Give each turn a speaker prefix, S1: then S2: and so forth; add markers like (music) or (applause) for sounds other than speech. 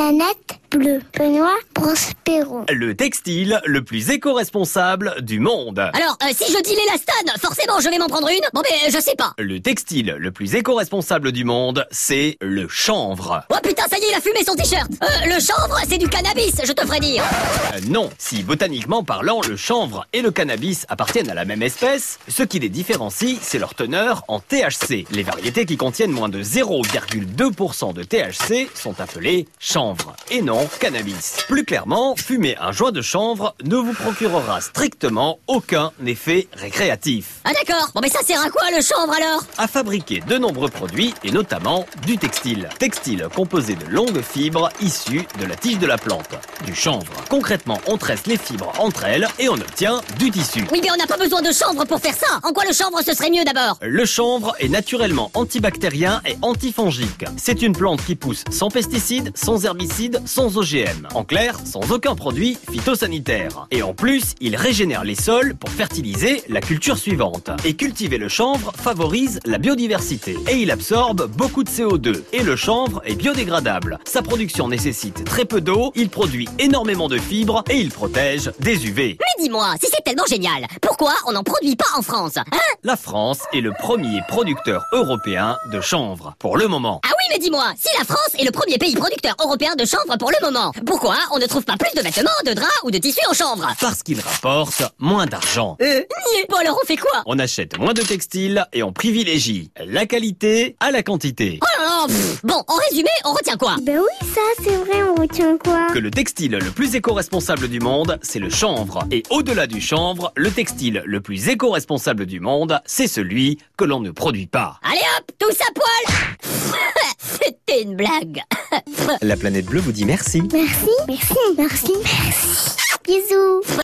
S1: Planète bleue. Benoît Prospero.
S2: Le textile le plus éco-responsable du monde.
S3: Alors, euh, si je dis l'élastane, forcément je vais m'en prendre une Bon mais euh, je sais pas.
S2: Le textile le plus éco-responsable du monde, c'est le chanvre.
S3: Oh putain, ça y est, il a fumé son t-shirt Euh, Le chanvre, c'est du cannabis, je te ferai dire
S2: Euh, Non, si botaniquement parlant, le chanvre et le cannabis appartiennent à la même espèce, ce qui les différencie, c'est leur teneur en THC. Les variétés qui contiennent moins de 0,2% de THC sont appelées chanvre et non cannabis. Plus clairement, fumer un joint de chanvre ne vous procurera strictement aucun effet récréatif.
S3: Ah d'accord Bon mais ça sert à quoi le chanvre alors
S2: À fabriquer de nombreux produits et notamment du textile. Textile composé de longues fibres issues de la tige de la plante, du chanvre. Concrètement, on tresse les fibres entre elles et on obtient du tissu.
S3: Oui mais on n'a pas besoin de chanvre pour faire ça En quoi le chanvre ce serait mieux d'abord
S2: Le chanvre est naturellement antibactérien et antifongique. C'est une plante qui pousse sans pesticides, sans herbicides, sans OGM. En clair, sans aucun produit phytosanitaire. Et en plus, il régénère les sols pour fertiliser la culture suivante. Et cultiver le chanvre favorise la biodiversité. Et il absorbe beaucoup de CO2. Et le chanvre est biodégradable. Sa production nécessite très peu d'eau, il produit énormément de fibres et il protège des UV.
S3: Mais dis-moi, si c'est tellement génial, pourquoi on n'en produit pas en France Hein
S2: La France est le premier producteur européen de chanvre. Pour le moment.
S3: Ah oui mais dis-moi, si la France est le premier pays producteur européen de chanvre pour le moment, pourquoi on ne trouve pas plus de vêtements, de draps ou de tissus en chanvre
S2: parce qu'il rapporte moins d'argent.
S3: Euh, niais. Bon alors on fait quoi
S2: On achète moins de textiles et on privilégie la qualité à la quantité.
S3: Oh là là, pff. Bon, en résumé, on retient quoi
S1: Ben oui, ça, c'est vrai, on retient quoi
S2: Que le textile le plus éco-responsable du monde, c'est le chanvre. Et au-delà du chanvre, le textile le plus éco-responsable du monde, c'est celui que l'on ne produit pas.
S3: Allez hop, tous à poil (laughs) C'était une blague
S2: La planète bleue vous dit merci.
S1: Merci. Merci. Merci. Merci. Bisous.